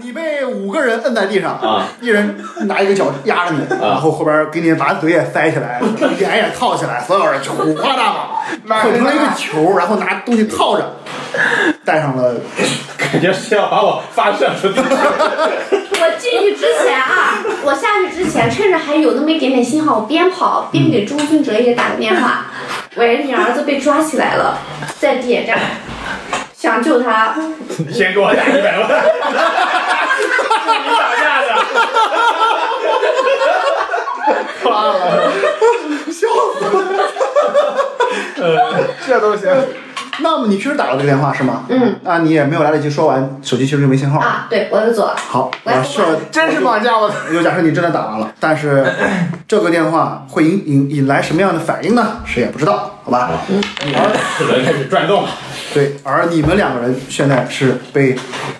你被五个人摁在地上，啊一人拿一个脚压着你，然后后边给你把嘴也塞起来，脸也套起来，所有人五花大绑，捆成了一个球，然后拿东西套着，戴上了。感觉是要把我发射出去。我进去之前啊，我下去之前，趁着还有那么一点点信号，我边跑边给周俊哲也打个电话。喂，你儿子被抓起来了，在地铁站，想救他，你先给我打一百万，你打架的，这都行。那么你确实打了这个电话是吗？嗯。那你也没有来得及说完，手机其实就没信号了。啊，对，我又走了。好，我要我需要真是 绑架我！就假设你真的打完了，但是这个电话会引引引来什么样的反应呢？谁也不知道，好吧？轮开始转动了。对，而你们两个人现在是被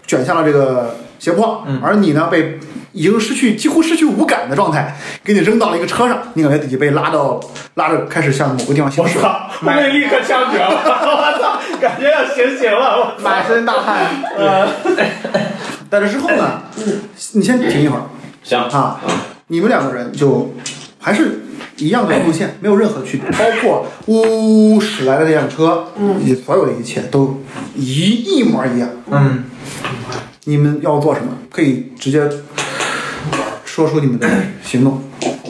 卷向了这个斜坡，嗯而你呢被已经失去几乎失去无感的状态，给你扔到了一个车上，你感觉自己被拉到拉着开始向某个地方行我驶。操，我被立刻枪决了！我操，感觉要醒醒了！我 满身大 汗，呃但是之后呢，嗯你先停一会儿行啊，你们两个人就还是一样的路线，没有任何区别，包括呜呜驶来的这辆车，以及所有的一切都一一模一样。嗯，你们要做什么？可以直接说出你们的行动。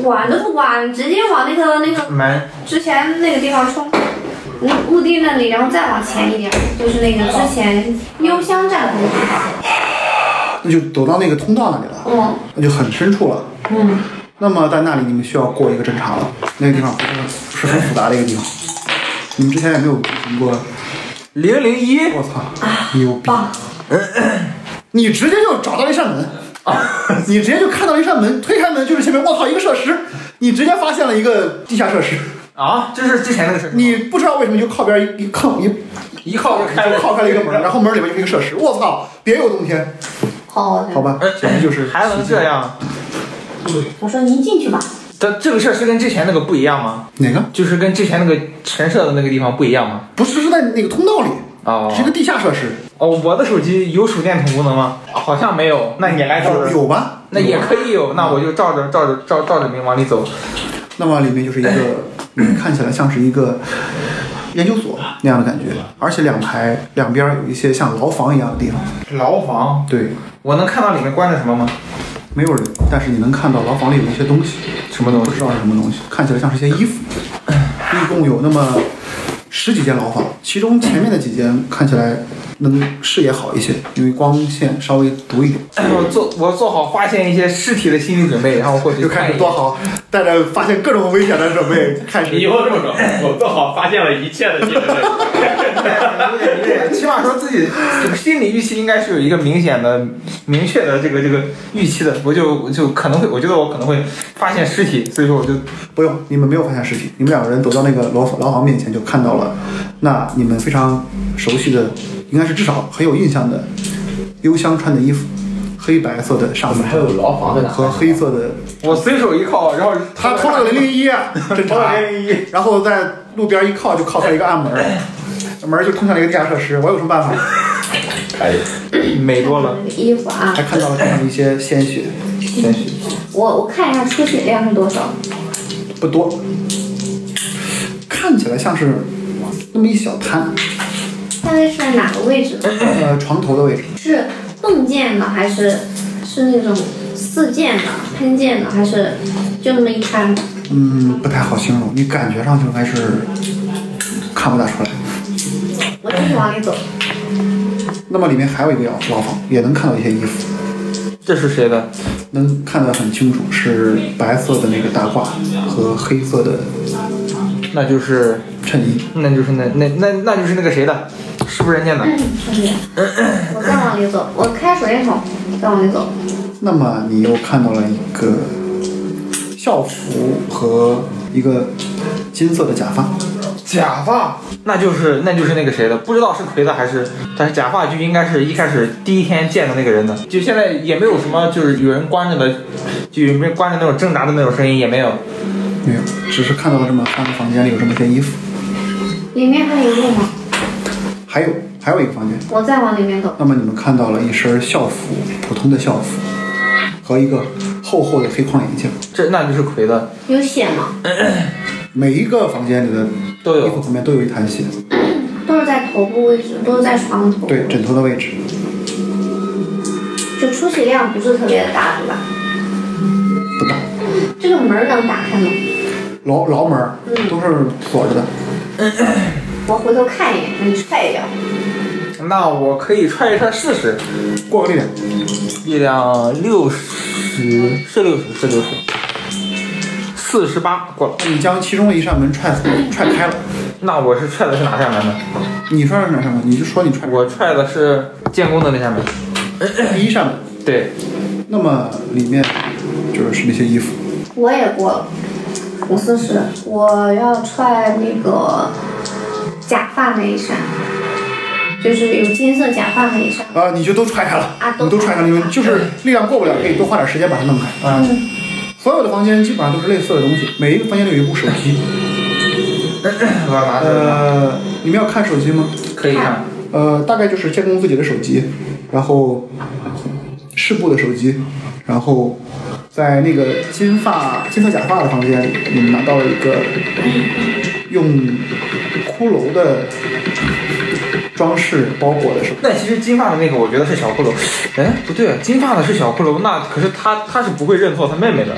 碗都不碗，直接往那个那个门之前那个地方冲，那墓地那里，然后再往前一点，就是那个之前幽香站的那个地方。那就走到那个通道那里了，嗯那就很深处了。嗯，那么在那里，你们需要过一个侦查了。那个地方是很复杂的一个地方，你们之前也没有行过。零零一，我操，牛逼！呃棒，你直接就找到了一扇门，啊你直接就看到了一扇门，推开门就是前面，我操，一个设施，你直接发现了一个地下设施。啊，这是之前那个事儿。你不知道为什么就靠边一一靠一一靠开了就靠开了一个门，然后门里面就是一个设施，我操，别有洞天，好，好吧，简直就是哎还能这样？我说您进去吧。这这个事儿是跟之前那个不一样吗？哪个？就是跟之前那个陈设的那个地方不一样吗？不是是在那个通道里，哦是一个地下设施，哦，我的手机有手电筒功能吗？好像没有。那你来有有吧？那也可以有，那我就照着照着照照着明往里走。那么里面就是一个嗯看起来像是一个研究所那样的感觉，而且两排两边有一些像牢房一样的地方，牢房，对，我能看到里面关着什么 吗？没有人，但是你能看到牢房里有一些东西，什么东西不知道是什么东西，看起来像是一些衣服。一共有那么十几间牢房，其中前面的几间看起来能视野好一些，因为光线稍微毒一点。我做我做好发现一些尸体的心理准备，然后过去就开看始一做眼。好带着发现各种危险的准备，开始你以后这么说，我做好发现了一切的准备。对对，起码说自己这个心理预期应该是有一个明显的、明确的这个这个预期的。我就我就可能会，我觉得我可能会发现尸体，所以说我就不用，你们没有发现尸体，你们两个人走到那个牢房牢房面前就看到了，那你们非常熟悉的，应该是至少很有印象的，幽香穿的衣服，黑白色的上还衣有牢房在哪？和黑色的，我随手一靠，然后他偷了个零零 一，侦偷了查，零零一，然后在路边一靠就靠开一个暗门，门就通向了一个地下设施，我有什么办法？可以，美多了。那个衣服啊还，看到了地上一些鲜血，先去我我看一下出血量是多少。不多，看起来像是那么一小滩，大概是在哪个位置呢？呃，床头的位置。是洞见的还是是那种四溅的、喷溅的，还是就那么一摊？嗯，不太好形容，你感觉上就应该是看不大出来。我继续往里走。那么里面还有一个牢牢房，也能看到一些衣服，这是谁的？能看得很清楚，是白色的那个大褂和黑色的那就是，衬衣。那就是那那那那就是那个谁的，是不是人家的？嗯，兄弟，我再往里走，我开手电筒，再往里走。那么你又看到了一个校服和一个金色的假发，假发，那就是那就是那个谁的，不知道是奎的还是，但是假发就应该是一开始第一天见的那个人的，就现在也没有什么就是有人关着的，就有没有关着那种挣扎的那种声音也没有。没有，只是看到了这么三个房间里有这么些衣服，里面还有路吗？还有还还有一个房间。我再往里面走，那么你们看到了一身校服，普通的校服，和一个厚厚的黑框眼镜。这那就是奎的，有血吗？每一个房间里的都衣服有。旁边都有一滩血，都是在头部位置，都是在床头。对，枕头的位置。就出血量不是特别的大，对吧？不大，这个门儿能打开吗？牢牢门儿嗯都是锁着的。我回头看一眼，让你踹一脚。那我可以踹一踹试试，过个力量，力量六十，是六十，是六十，四十八过了。你将其中的一扇门踹踹开了。那我是踹的是哪扇门呢？你踹的是哪扇门？你就说你踹我踹的是建工的那扇门。第一扇门。对， 那么里面就是那些衣服。我也过了，我四十，我要踹那个假发那一扇，就是有金色假发那一扇。啊，你就都踹开了，啊你都都踹开了，你们就是力量过不了，可以多花点时间把它弄开。啊嗯，所有的房间基本上都是类似的东西，每一个房间都有一部手机。我要拿着，呃，你们要看手机吗？可以看。呃，大概就是监控自己的手机，然后事部的手机，然后在那个金发金色假发的房间里，你们拿到了一个用骷髅的装饰包裹的手机。那其实金发的那个，我觉得是小骷髅。哎，不对，金发的是小骷髅，那可是他他是不会认错他妹妹的。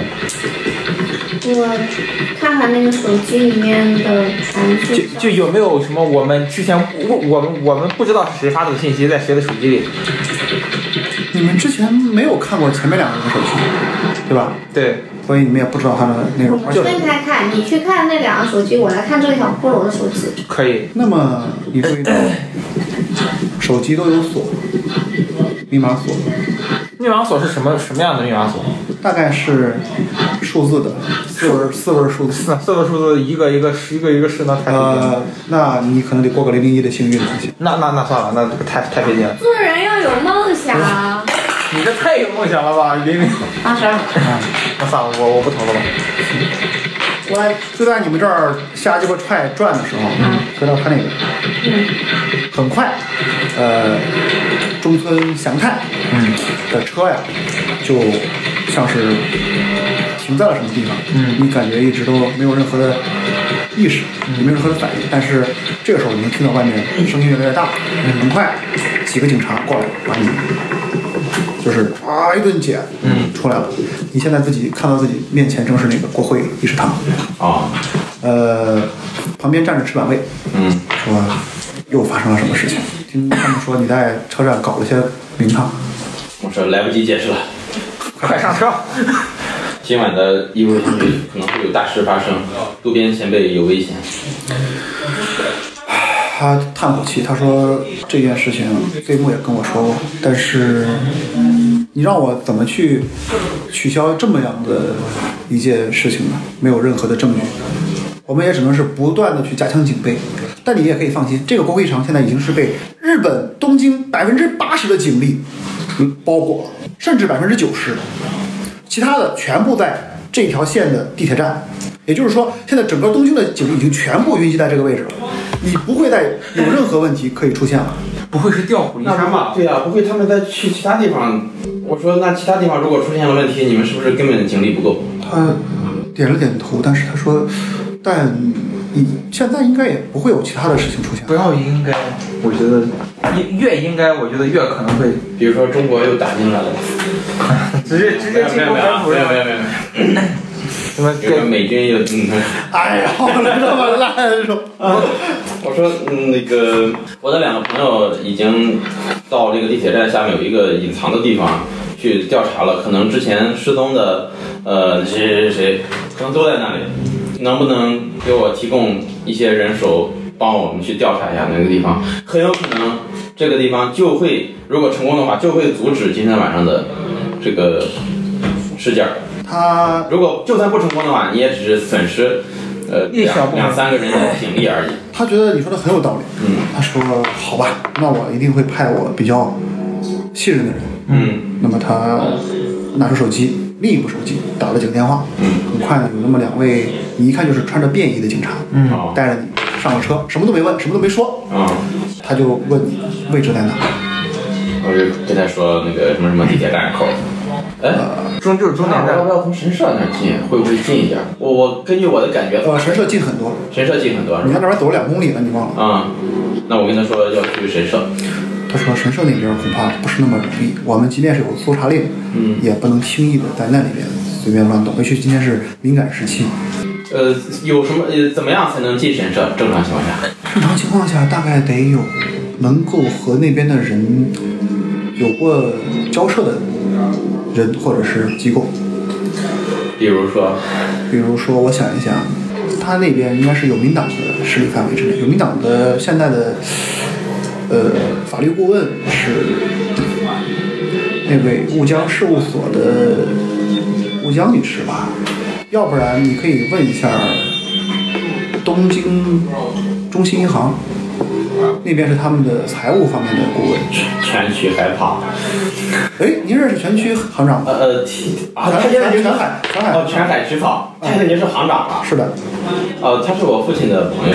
我看看那个手机里面的传就讯就息。有没有什么我们之前我我们我们不知道是谁发的信息在谁的手机里？你们之前没有看过前面两个人的手机，对吧？对，所以你们也不知道它的内我容。们而且，分开看，你去看那两个手机，我来看这个小骷髅的手机。可以。那么你注意到，手机都有锁，密码锁，密码锁是什么什么样的密码锁？大概是数字的四位四位数字。四四个数字一个一个十一个一个十呢？太费劲了。呃，那你可能得过个零零一的幸运才行。那那那算了，那这个太太费劲了。做人要有梦想。你这太有梦想了吧，零零。八十二，那算了，我我不投了吧。我就在你们这儿瞎鸡巴踹转的时候，嗯回到他那个，很快，呃，中村祥太嗯的车呀，就像是停在了什么地方，嗯你感觉一直都没有任何的意识，也没有任何的反应，但是这个时候你能听到外面声音越来越大，嗯很快几个警察过来把你。就是啊，一顿检，嗯，出来了。你现在自己看到自己面前正是那个国会议事堂，啊，呃，旁边站着池板卫，嗯，说又发生了什么事情？听他们说你在车站搞了些名堂，我说来不及解释了，快上车！今晚的义乌通里可能会有大事发生，渡边前辈有危险。他叹口气，他说这件事情飞木也跟我说过，但是你让我怎么去取消这么样的一件事情呢？没有任何的证据，我们也只能是不断的去加强警备。但你也可以放心，这个国会场现在已经是被日本东京百分之八十的警力嗯包裹了，甚至百分之九十。其他的全部在这条线的地铁站。也就是说，现在整个东京的警力已经全部云集在这个位置了，你不会再有任何问题可以出现了。不会是调虎离山吧？对啊，不会他们再去其他地方。我说那其他地方如果出现了问题，你们是不是根本警力不够？他点了点头，但是他说：“但你现在应该也不会有其他的事情出现不。要应该，我觉得越越应该，我觉得越可能会比如说中国又打进来了，直接直接进攻本土了。有没有，什么有个给美军又嗯。”哎呀，我这么烂说，我说，嗯，那个，我的两个朋友已经到那个地铁站下面有一个隐藏的地方去调查了，可能之前失踪的，呃，谁谁谁谁，可能都在那里，能不能给我提供一些人手，帮我们去调查一下那个地方？很有可能这个地方就会，如果成功的话，就会阻止今天晚上的这个事件儿。他如果就算不成功的话，你也只是损失，呃，一小部两分两三个人的警力而已。他觉得你说的很有道理。嗯他说：“好吧，那我一定会派我比较信任的人嗯。那么他拿出手机，另一部手机打了几个电话，很快呢，有那么两位，你一看就是穿着便衣的警察，嗯哦带着你上了车，什么都没问，什么都没说。啊，他就问你位置在哪。我就跟他说那个什么什么地铁站口。哎，终就是终点那要站不。要从神社那儿进？会不会近一点？哦我我根据我的感觉，呃，神社近很多，神社近很多。你看那边走了两公里了，你忘了？啊、那我跟他说要去神社。他说神社那边恐怕不是那么容易，我们即便是有搜查令，嗯，也不能轻易的在那里边随便乱动，尤其今天是敏感时期。呃，有什么呃，怎么样才能进神社？正常情况下，正常情况下，大概得有能够和那边的人有过交涉的人或者是机构。比如说，比如说，我想一下，他那边应该是有民党的势力范围之内，有民党的现在的呃法律顾问是那位雾江事务所的雾江女士吧？要不然你可以问一下东京中信银行，那边是他们的财务方面的顾问。全区害怕。哎，您认识全区行长呃吗？呃，提啊，全他现在就是全海全海哦，全海嗯执法，他现在已经是行长了。是的，呃，他是我父亲的朋友。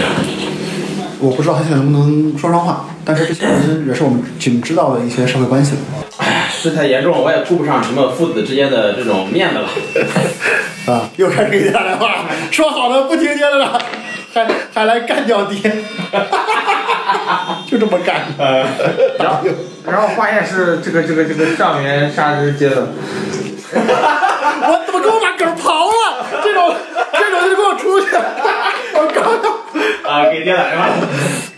我不知道他现在能不能说上话，但是这些人也是我们仅知道的一些社会关系了。哎，事态严重，我也顾不上什么父子之间的这种面子了。啊，又开始给他打电话了，说好的不听爹的了，还还来干掉爹， 就这么干。然后然后发现是这个这个这个上元沙织接的，我怎么给我把梗刨了？这种这种就给我出去！ 我刚要。啊，给爹打电话。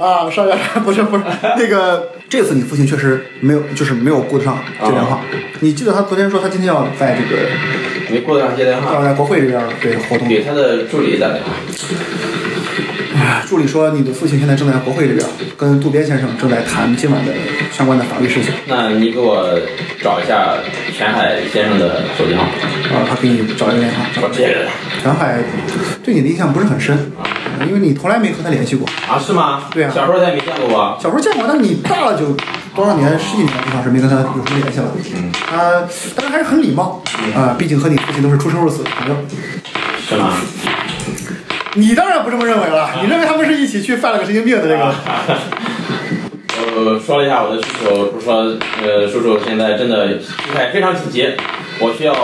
啊，上元不是不是那个，这次你父亲确实没有，就是没有顾得上这电话。你记得他昨天说他今天要在这个没过多长时间电话，要在国会这边儿这个活动。给他的助理打电话。 助理说你的父亲现在正在国会这边儿跟渡边先生正在谈今晚的相关的法律事情。那你给我找一下全海先生的手机号码。啊，他给你找一个电话。我直接给他。陈海对你的印象不是很深，因为你从来没和他联系过。啊，是吗？对啊小时候他也没见过我。小时候见过，但是你大了就多少年，十几年至少是没跟他有什么联系了。啊，当然还是很礼貌啊，毕竟和你父亲都是出生入死的朋友。是吗？你当然不这么认为了，你认为他们是一起去犯了个神经病的这啊个。呃，说了一下我的需求，我说呃，叔叔现在真的事态非常紧急，我需要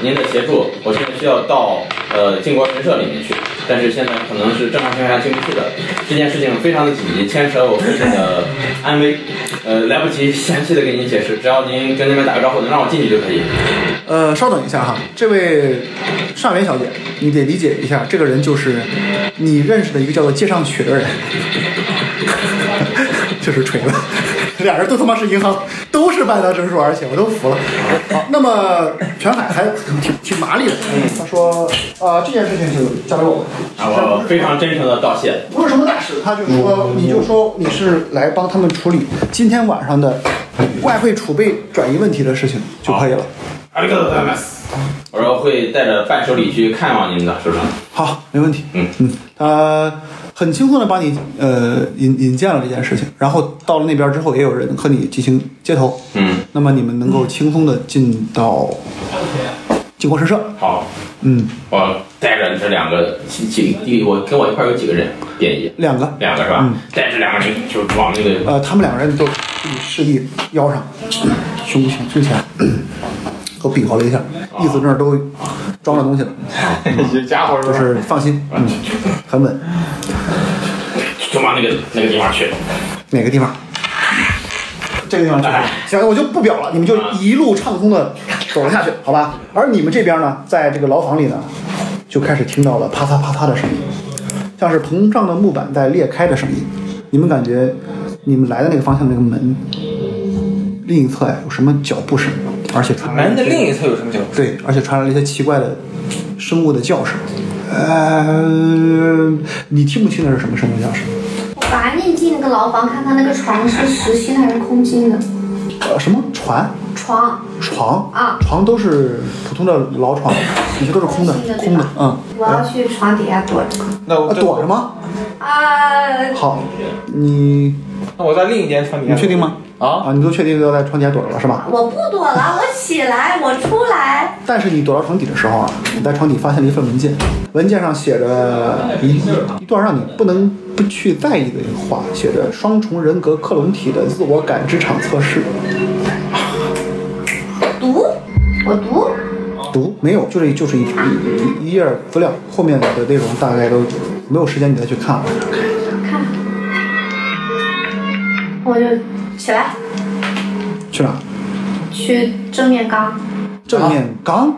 您的协助，我现在需要到呃靖国神社里面去，但是现在可能是正常情况下进不去的，这件事情非常的紧急，牵扯我父亲的安危，呃，来不及详细的给您解释，只要您跟那边打个招呼，能让我进去就可以。呃，稍等一下哈，这位上元小姐，你得理解一下，这个人就是你认识的一个叫做街上瘸的人， 就是锤子， 俩人都他妈是银行，都是办到证书，而且我都服了。好，那么全海还挺挺麻利的，他说，呃，这件事情就交给我们，啊，我非常真诚的道谢。不是什么大事，他就说，你就说你是来帮他们处理今天晚上的外汇储备转移问题的事情就可以了。ありがとうございます。我说会带着伴手礼去看望您的，是不是？好，没问题。嗯嗯，他很轻松的帮你呃引引荐了这件事情，然后到了那边之后，也有人和你进行接头。嗯，那么你们能够轻松的进到靖国神社。好，嗯，我带着这两个几几，我跟我一块儿有几个人？便宜，两个，两个是吧？带着两个人就往那个呃，他们两个人都给你示意腰上、胸前、胸前。都比划了一下，意思这儿都装了东西了，嗯这家伙就？是放心，嗯，很稳。就往那个那个地方去。哪个地方？这个地方就是啊行，我就不表了，你们就一路畅通的走了下去，好吧？而你们这边呢，在这个牢房里呢，就开始听到了啪嗒啪嗒的声音，像是膨胀的木板在裂开的声音。你们感觉你们来的那个方向那个门另一侧呀有什么脚步声，而且传来了门的一些另一侧有什么角度？对，而且传来了一些奇怪的生物的叫声。呃，你听不清那是什么生物叫声？我把你进那个牢房，看看那个床是实心还是空心的呃，什么船？床。床啊床都是普通的牢 床，底下都是空的空心，的空的对吧，嗯。我要去床底下躲着。那我啊，躲着？吗？啊，好，你那我在另一间床底下。你确定？吗？啊，啊，你都确定要在床底下躲着了是吧？我不躲了，我起来，我出来。但是你躲到床底的时候啊，你在床底发现了一份文件，文件上写着一一段让你不能不去在意的一个话，写着“双重人格克隆体的自我感知场测试读，我读，”。读没有，就是就是一一一页资料，后面的内容大概都没有时间你再去看了。看，我就起来去哪？去正面刚，正面刚、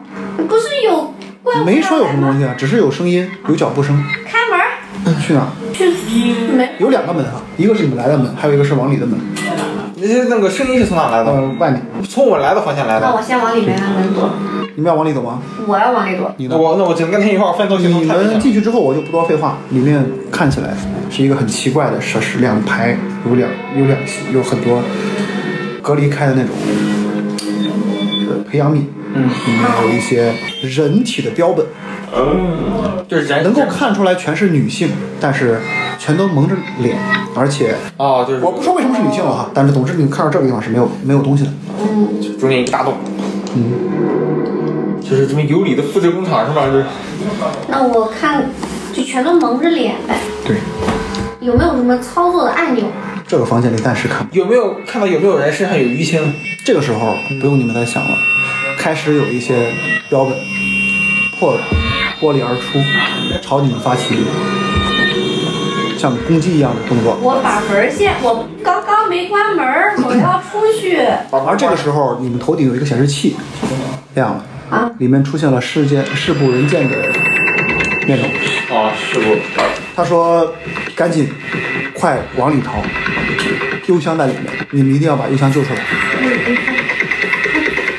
不是有怪物没说有什么要来东吗？西啊，只是有声音，有脚步声。嗯开门儿，去哪？去没有两个门啊，一个是你们来的门，还有一个是往里的门，那些那个声音是从哪来的？呃，外面。从我来的方向来那的。我先往里面按门躲，你们要往里走吗？我要往里躲。你呢？我那我只能跟他一块儿奋斗行动你太危险们了。进去之后，我就不多废话。里面看起来是一个很奇怪的设施，两排有两有两有很多隔离开的那种呃培养皿，嗯，里面有一些人体的标本，就是人能够看出来全是女性，但是全都蒙着脸，而且哦，就是我不说为什么是女性了哈，但是总之你看到这个地方是没有没有东西的。中间一个大洞，嗯，就是这么有理的复制工厂是吧？就是那我看就全都蒙着脸呗，对，有没有什么操作的按钮？这个房间里暂时看不有没有看到有没有人身上有淤青？这个时候不用你们再想了，开始有一些标本破了，剥离而出，朝你们发起像攻击一样的动作。我把门先，我刚刚没关门，我要出去。而这个时候，你们头顶有一个显示器亮了，啊里面出现了世界世不人见的面容。哦，是不？他说：“赶紧，快往里逃！幽箱在里面，你们一定要把幽箱救出来。”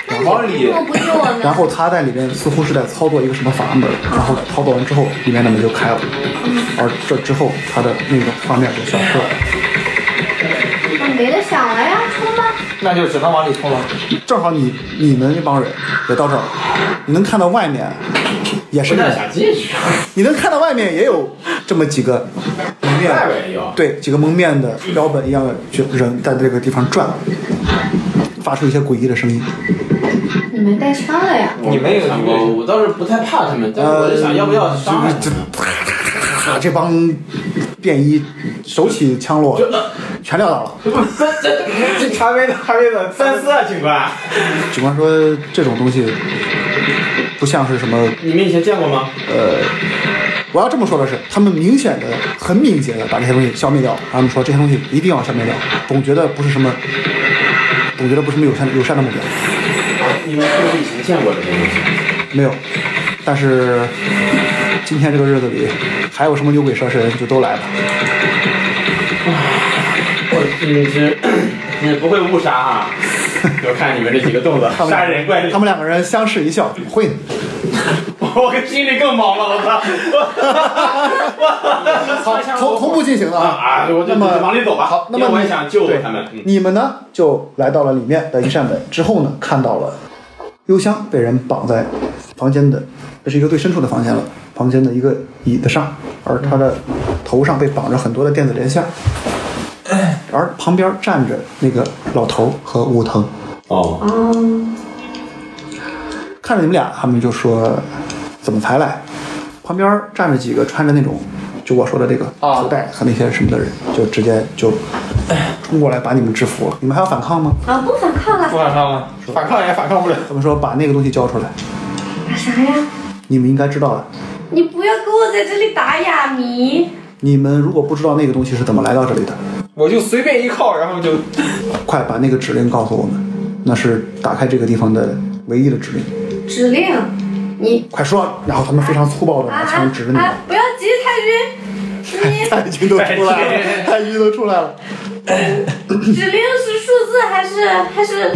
那你往里为什么不救我然呢？后他在里面似乎是在操作一个什么阀门，然后操作完之后，里面的门就开了，而这之后他的那个画面就消失了。那没得想了呀，冲吧！那就只能往里冲了。正好你你们这帮人也到这儿了，你能看到外面也是不那太样，想进去。你能看到外面也有这么几个蒙面外边也有对几个蒙面的标本一样的人在这个地方转，发出一些诡异的声音。你们带枪了呀？你没有想过，我倒是不太怕他们，但是我就想要不要伤害他这们。 啊这这帮便衣手起枪落，呃全撂倒了。这还没的，还没的，三思啊，警官。警官说这种东西不像是什么，你们以前见过吗？呃，我要这么说的是，他们明显的、很敏捷的把这些东西消灭掉。他们说这些东西一定要消灭掉，总觉得不是什么，总觉得不是什么友善友善的目标，你们是不是以前见过这些东西？没有。但是今天这个日子里，还有什么牛鬼蛇神就都来了。我你是你不会误杀啊？我看你们这几个动作，他们杀人怪他们两个人相视一笑，会呢。我心里更毛了，我 操！好，同同步进行的啊我就那么往里走吧好，那因么为我也你想救对他们嗯你们呢，就来到了里面的一扇门，之后呢，看到了幽香被人绑在房间的，这是一个最深处的房间了，房间的一个椅子上，而他的头上被绑着很多的电子连线，而旁边站着那个老头儿和武藤，哦，看着你们俩，他们就说怎么才来？旁边站着几个穿着那种就我说的这个啊福袋和那些什么的人，就直接就冲过来把你们制服了。你们还要反抗吗？啊，不反抗不了，反抗了，反抗也反抗不了。他们说把那个东西交出来，打啥呀？你们应该知道的。你不要给我在这里打哑谜。你们如果不知道那个东西是怎么来到这里的，我就随便一靠，然后就快把那个指令告诉我们，那是打开这个地方的唯一的指令。指令，你快说！然后他们非常粗暴的啊拿枪指着你们啊，！不要急，太君，你太君都出来了，太君都出来了。指令是数字还是还是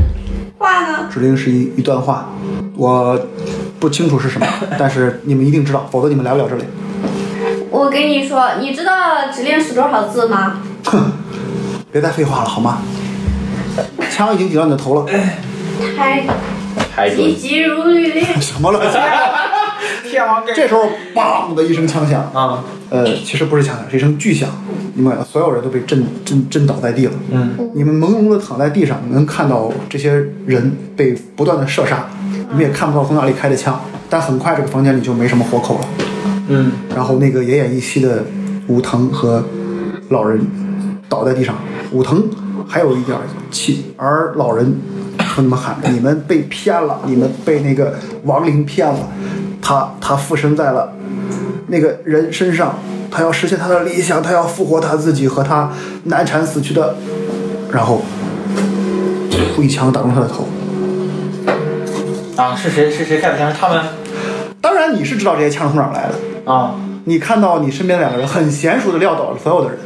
话呢？指令是一一段话，我不清楚是 什么，但是你们一定知道，否则你们来不了这里。我跟你说，你知道指令是多少字吗？哼，别再废话了好吗？枪已经抵到你的头 了，太还有急急如律令。什 么乱七八糟？天王盖这时候，梆的一声枪响，啊，呃，其实不是枪响，是一声巨响，你们所有人都被震震震倒在地了。嗯，你们朦胧的躺在地上，能看到这些人被不断的射杀，你们也看不到从哪里开的枪，但很快这个房间里就没什么活口了。嗯，然后那个奄奄一息的武藤和老人倒在地上，武藤还有一点气，而老人冲你们喊：“你们被骗了，你们被那个亡灵骗了。”他他附身在了那个人身上，他要实现他的理想，他要复活他自己和他难产死去的，然后一枪打中他的头。啊，是谁是谁开的枪？他们当然，你是知道这些枪是从哪儿来的。啊，你看到你身边的两个人很娴熟的撂倒了所有的人，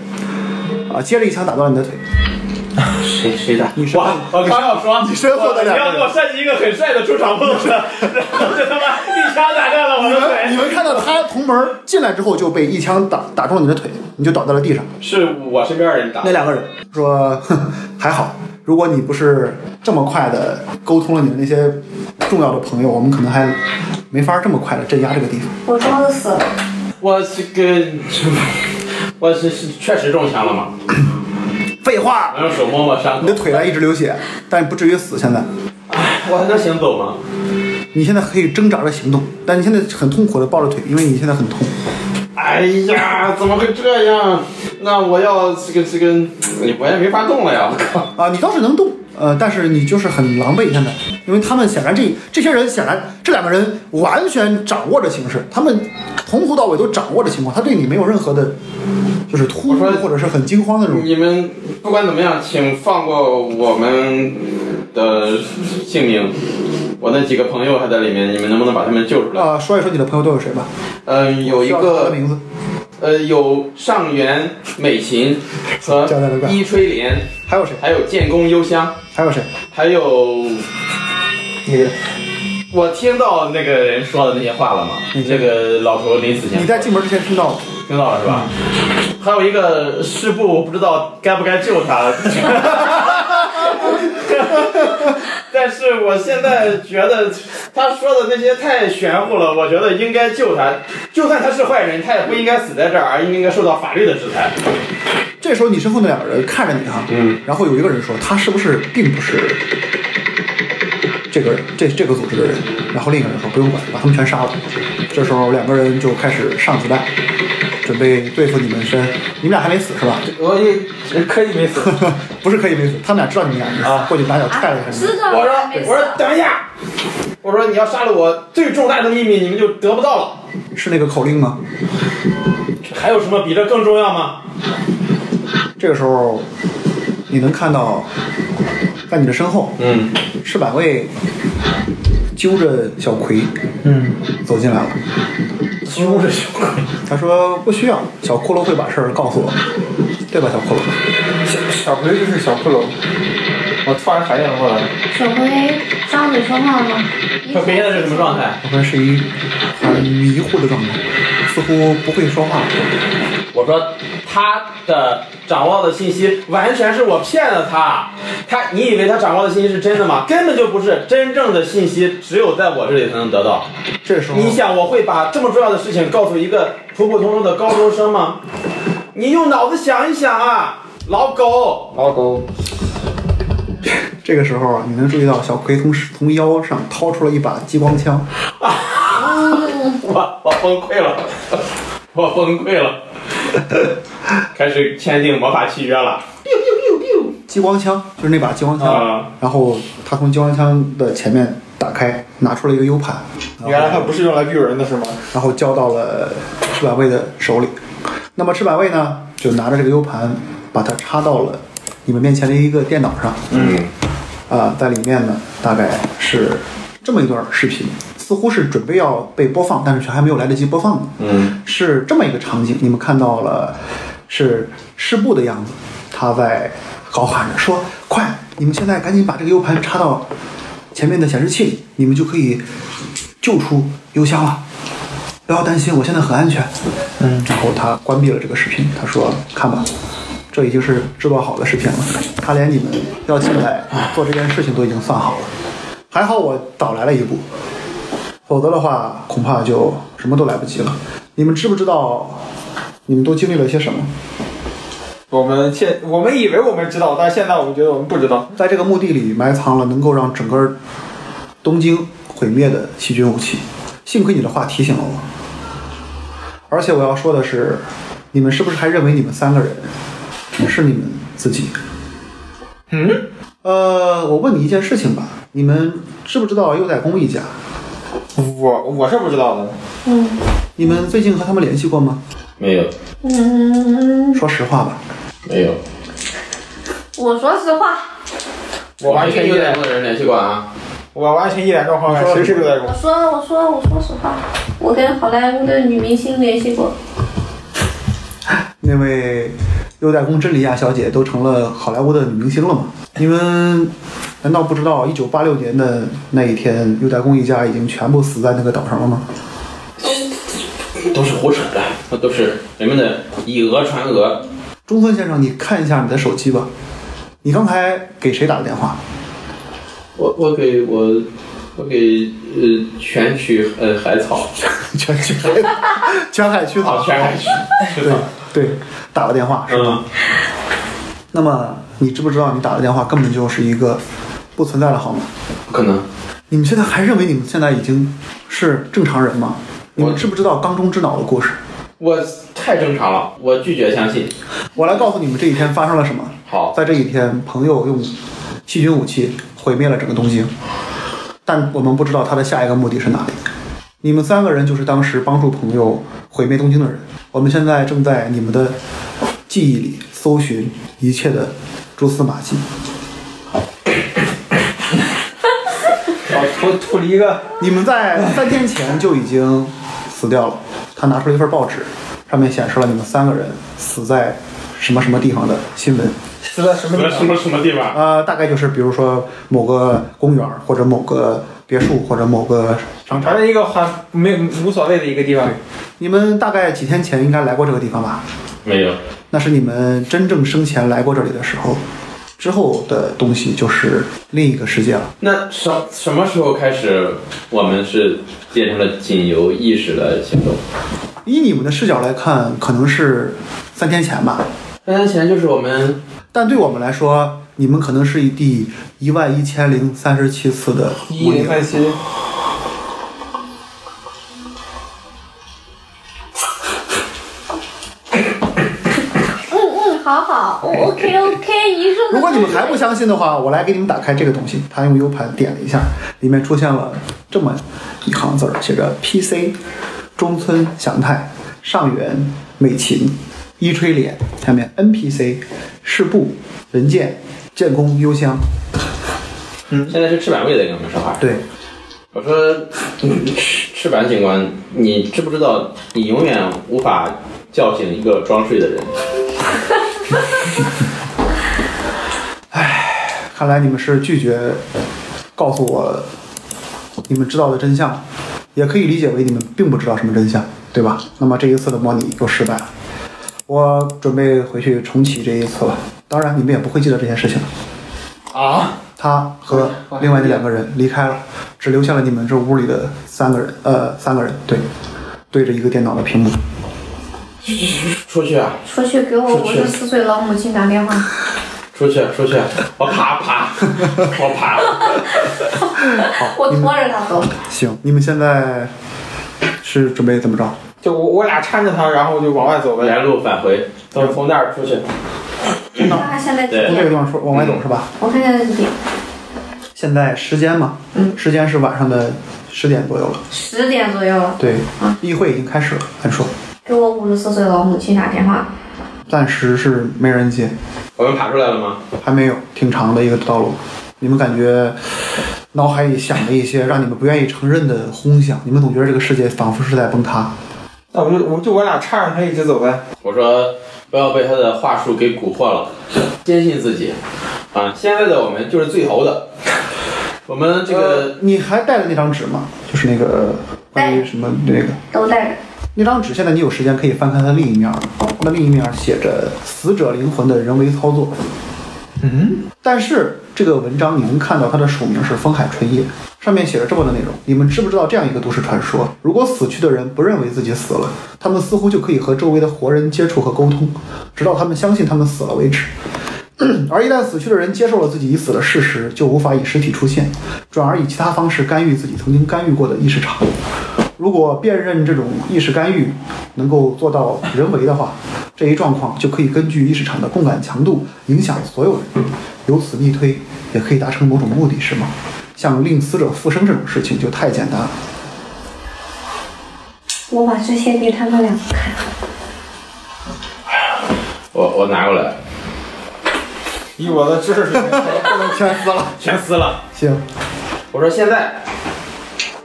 啊，接着一枪打断了你的腿。谁谁打？你身哇！我刚要说，你身后的两个人你要给我设计一个很帅的出场 pose，然后这他妈一枪打断了我你的们你腿。们看到他从门进来之后就被一枪打打中了你的腿，你就倒在了地上。是我身边的人打那。两个人说哼：“还好，如果你不是这么快的沟通了你的那些重要的朋友，我们可能还没法这么快的镇压这个地方。我装的死了，我这个，我是是确实中枪了嘛？”废话，我用手摸摸伤你口的。腿还一直流血，但不至于死。现在我还能行走吗？你现在可以挣扎着行动，但你现在很痛苦的抱着腿，因为你现在很痛。哎呀，怎么会这样？那我要这个这个，我也没法动了呀！我靠！啊，你倒是能动，呃，但是你就是很狼狈现在，因为他们显然这这些人显然这两个人完全掌握着形势，他们从头到尾都掌握着情况，他对你没有任何的，就是突兀我说或者是很惊慌的那种。你们不管怎么样，请放过我们的性命。我那几个朋友还在里面，你们能不能把他们救出来？啊、说一说你的朋友都有谁吧。嗯、有一需要他的个名字，呃，有上原美琴呃和交代得快伊吹莲，还有谁？还有建功幽香，还有谁？还有你我听到那个人说的那些话了吗？那个老头临死前你在进门之前听到了，听到了是吧？还有一个事故，我不知道该不该救他。 但是我现在觉得他说的那些太玄乎了，我觉得应该救他。就算他是坏人，他也不应该死在这儿，而应该受到法律的制裁。这时候你身后那两个人看着你哈，嗯，然后有一个人说他是不是并不是这个这这个组织的人，然后另一个人说不用管，把他们全杀了。这时候两个人就开始上子弹，准备对付你们身，你们俩还没死是吧？ 我也可以没死不是可以没死，他们俩知道你们俩没死，啊过去拿脚踹了一下啊你们。知道我说了，没，事我说等一下，我说你要杀了我，最重大的秘密你们就得不到了。是那个口令吗？还有什么比这更重要吗？这个时候你能看到，在你的身后，嗯，赤坂卫揪着小葵嗯，走进来了。凶是凶，他说不需要，小骷髅会把事儿告诉我，对吧，小骷髅？小小葵就是小骷髅。我突然反应过来，小辉张嘴说话了吗？可别的是什么状态？小灰是一很迷糊的状态，似乎不会说话。我说他的掌握的信息完全是我骗了他，他你以为他掌握的信息是真的吗？根本就不是，真正的信息只有在我这里才能得到。这时候，你想我会把这么重要的事情告诉一个普普通通的高中生吗？你用脑子想一想啊，老狗。老狗这个时候啊你能注意到小葵从从腰上掏出了一把激光枪，我我崩溃了， 我崩溃了， 开始签订魔法契约了。激光枪就是那把激光枪。啊然后他从激光枪的前面打开，拿出了一个 U 盘，原来它不是用来逼人的是吗？然后交到了赤坂卫的手里。那么赤坂卫呢，就拿着这个 U 盘，把它插到了你们面前的一个电脑上。嗯，啊、在里面呢，大概是这么一段视频，似乎是准备要被播放，但是却还没有来得及播放呢。嗯，是这么一个场景，你们看到了，是师部的样子，他在高喊着说：“快，你们现在赶紧把这个 U 盘插到前面的显示器里，你们就可以救出邮箱了。”不要担心，我现在很安全。嗯，然后他关闭了这个视频，他说：“看吧，这已经是制作好的视频了。他连你们要进来做这件事情都已经算好了。还好我早来了一步，否则的话恐怕就什么都来不及了。你们知不知道，你们都经历了些什么？我们现我们以为我们知道，但是现在我们觉得我们不知道。在这个墓地里埋藏了能够让整个东京毁灭的细菌武器。幸亏你的话提醒了我。而且我要说的是，你们是不是还认为你们三个人是你们自己。嗯，呃，我问你一件事情吧，你们知不知道幼崽公一家？我我是不知道的。嗯你们最近和他们联系过吗？没有，嗯，说实话吧，没有，我说实话，我完全一有点点，多的人联系过啊。我完全一点状况感，谁是六代我公？说我说我说实话，我跟好莱坞的女明星联系过。那位优待宫真理亚小姐都成了好莱坞的女明星了吗？你们难道不知道一九八六年的那一天，优待宫一家已经全部死在那个岛上了吗？都是胡扯的，都是人们的以讹传讹。中村先生，你看一下你的手机吧。你刚才给谁打的电话？我我给我我给呃全区呃海草，全全全海区好岛，全海区，对对，打了电话是吗？ 嗯，那么你知不知道你打的电话根本就是一个不存在的号码？不可能，你们现在还认为你们现在已经是正常人吗？你们我知不知道缸中之脑的故事？我太正常了，我拒绝相信。我来告诉你们这一天发生了什么。好，在这一天，朋友用细菌武器毁灭了整个东京，但我们不知道他的下一个目的是哪里。你们三个人就是当时帮助朋友毁灭东京的人。我们现在正在你们的记忆里搜寻一切的蛛丝马迹。我吐吐了一个，你们在三天前就已经死掉了。他拿出了一份报纸，上面显示了你们三个人死在什么什么地方的新闻。死在什么地什方？么什么地方？呃，大概就是比如说某个公园儿或者某个别墅或者某个商反场。正一个还没无所谓的一个地方。你们大概几天前应该来过这个地方吧？没有，那是你们真正生前来过这里的时候。之后的东西就是另一个世界了。那什什么时候开始我们是变成了仅由意识的行动？以你们的视角来看，可能是三天前吧，三年前就是我们但对我们来说，你们可能是第一万一千零三十七次的一模拟零三七，嗯嗯，好好哦，OK OK，你说哎的如果你们还不相信的话，我来给你们打开这个东西。他用 U 盘点了一下，里面出现了这么一行字儿，写着 PC 中村祥太、上原美琴、伊吹脸，下面 NPC 市部人见建工幽香。现在是赤坂卫在跟我们说话。对，我说，嗯赤赤坂警官，你知不知道你永远无法叫醒一个装睡的人？看来你们是拒绝告诉我你们知道的真相，也可以理解为你们并不知道什么真相，对吧？那么这一次的模拟又失败了，我准备回去重启这一次了。当然，你们也不会记得这件事情了。啊，他和另外那两个人离开了，只留下了你们这屋里的三个人，呃，三个人对，对着一个电脑的屏幕。出去啊！出去给我五十四岁老母亲打电话。出去啊！出去啊！我爬爬，我爬。 我拖着他走。行，你们现在是准备怎么着？就我我俩搀着他，然后就往外走呗。原路返回，等从那儿出去，我看看现在几从这个点？地方说往外走是吧？我看现在几点？现在时间嘛，嗯时间是晚上的十点左右了。十点左右了。对嗯，议会已经开始了，很说，给我五十四岁老母亲打电话。暂时是没人接，我们爬出来了吗？还没有，挺长的一个道路。你们感觉脑海里想的一些让你们不愿意承认的轰响，你们总觉得这个世界仿佛是在崩塌。那我就我就我俩搀着他一直走呗。我说不要被他的话术给蛊惑了，坚信自己。啊，现在的我们就是最猴的。我们这呃个，你还带着那张纸吗？就是那个关于什么那个都带着。那张纸，现在你有时间可以翻开它的另一面了。那另一面写着“死者灵魂的人为操作”。嗯，但是这个文章你能看到它的署名是风海春叶，上面写着这么的内容：你们知不知道这样一个都市传说？如果死去的人不认为自己死了，他们似乎就可以和周围的活人接触和沟通，直到他们相信他们死了为止。 而一旦死去的人接受了自己已死的事实，就无法以尸体出现，转而以其他方式干预自己曾经干预过的意识场。如果辨认这种意识干预能够做到人为的话， 这一状况就可以根据意识场的共感强度影响所有人，由此逆推，也可以达成某种目的，是吗？像令死者复生这种事情就太简单了。我把这些给他们两个看。我我拿过来，以我的知识水平，不能全撕了，全撕了。行，我说现在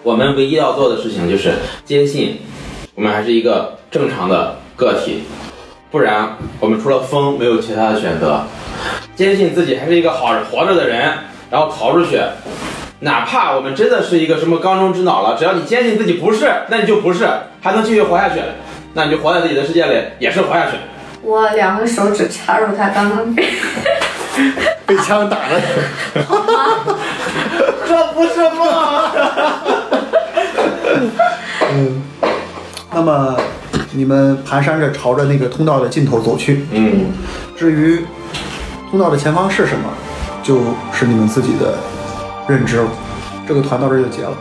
我们唯一要做的事情就是坚信我们还是一个正常的个体，不然我们除了疯没有其他的选择。坚信自己还是一个好活着的人，然后逃出去。哪怕我们真的是一个什么缸中之脑了，只要你坚信自己不是，那你就不是，还能继续活下去，那你就活在自己的世界里，也是活下去。我两个手指插入他刚刚被，被枪打了。 这不是梦。 嗯，那么你们蹒跚着朝着那个通道的尽头走去。嗯，至于通道的前方是什么，就是你们自己的认知了。这个团到这儿就结了。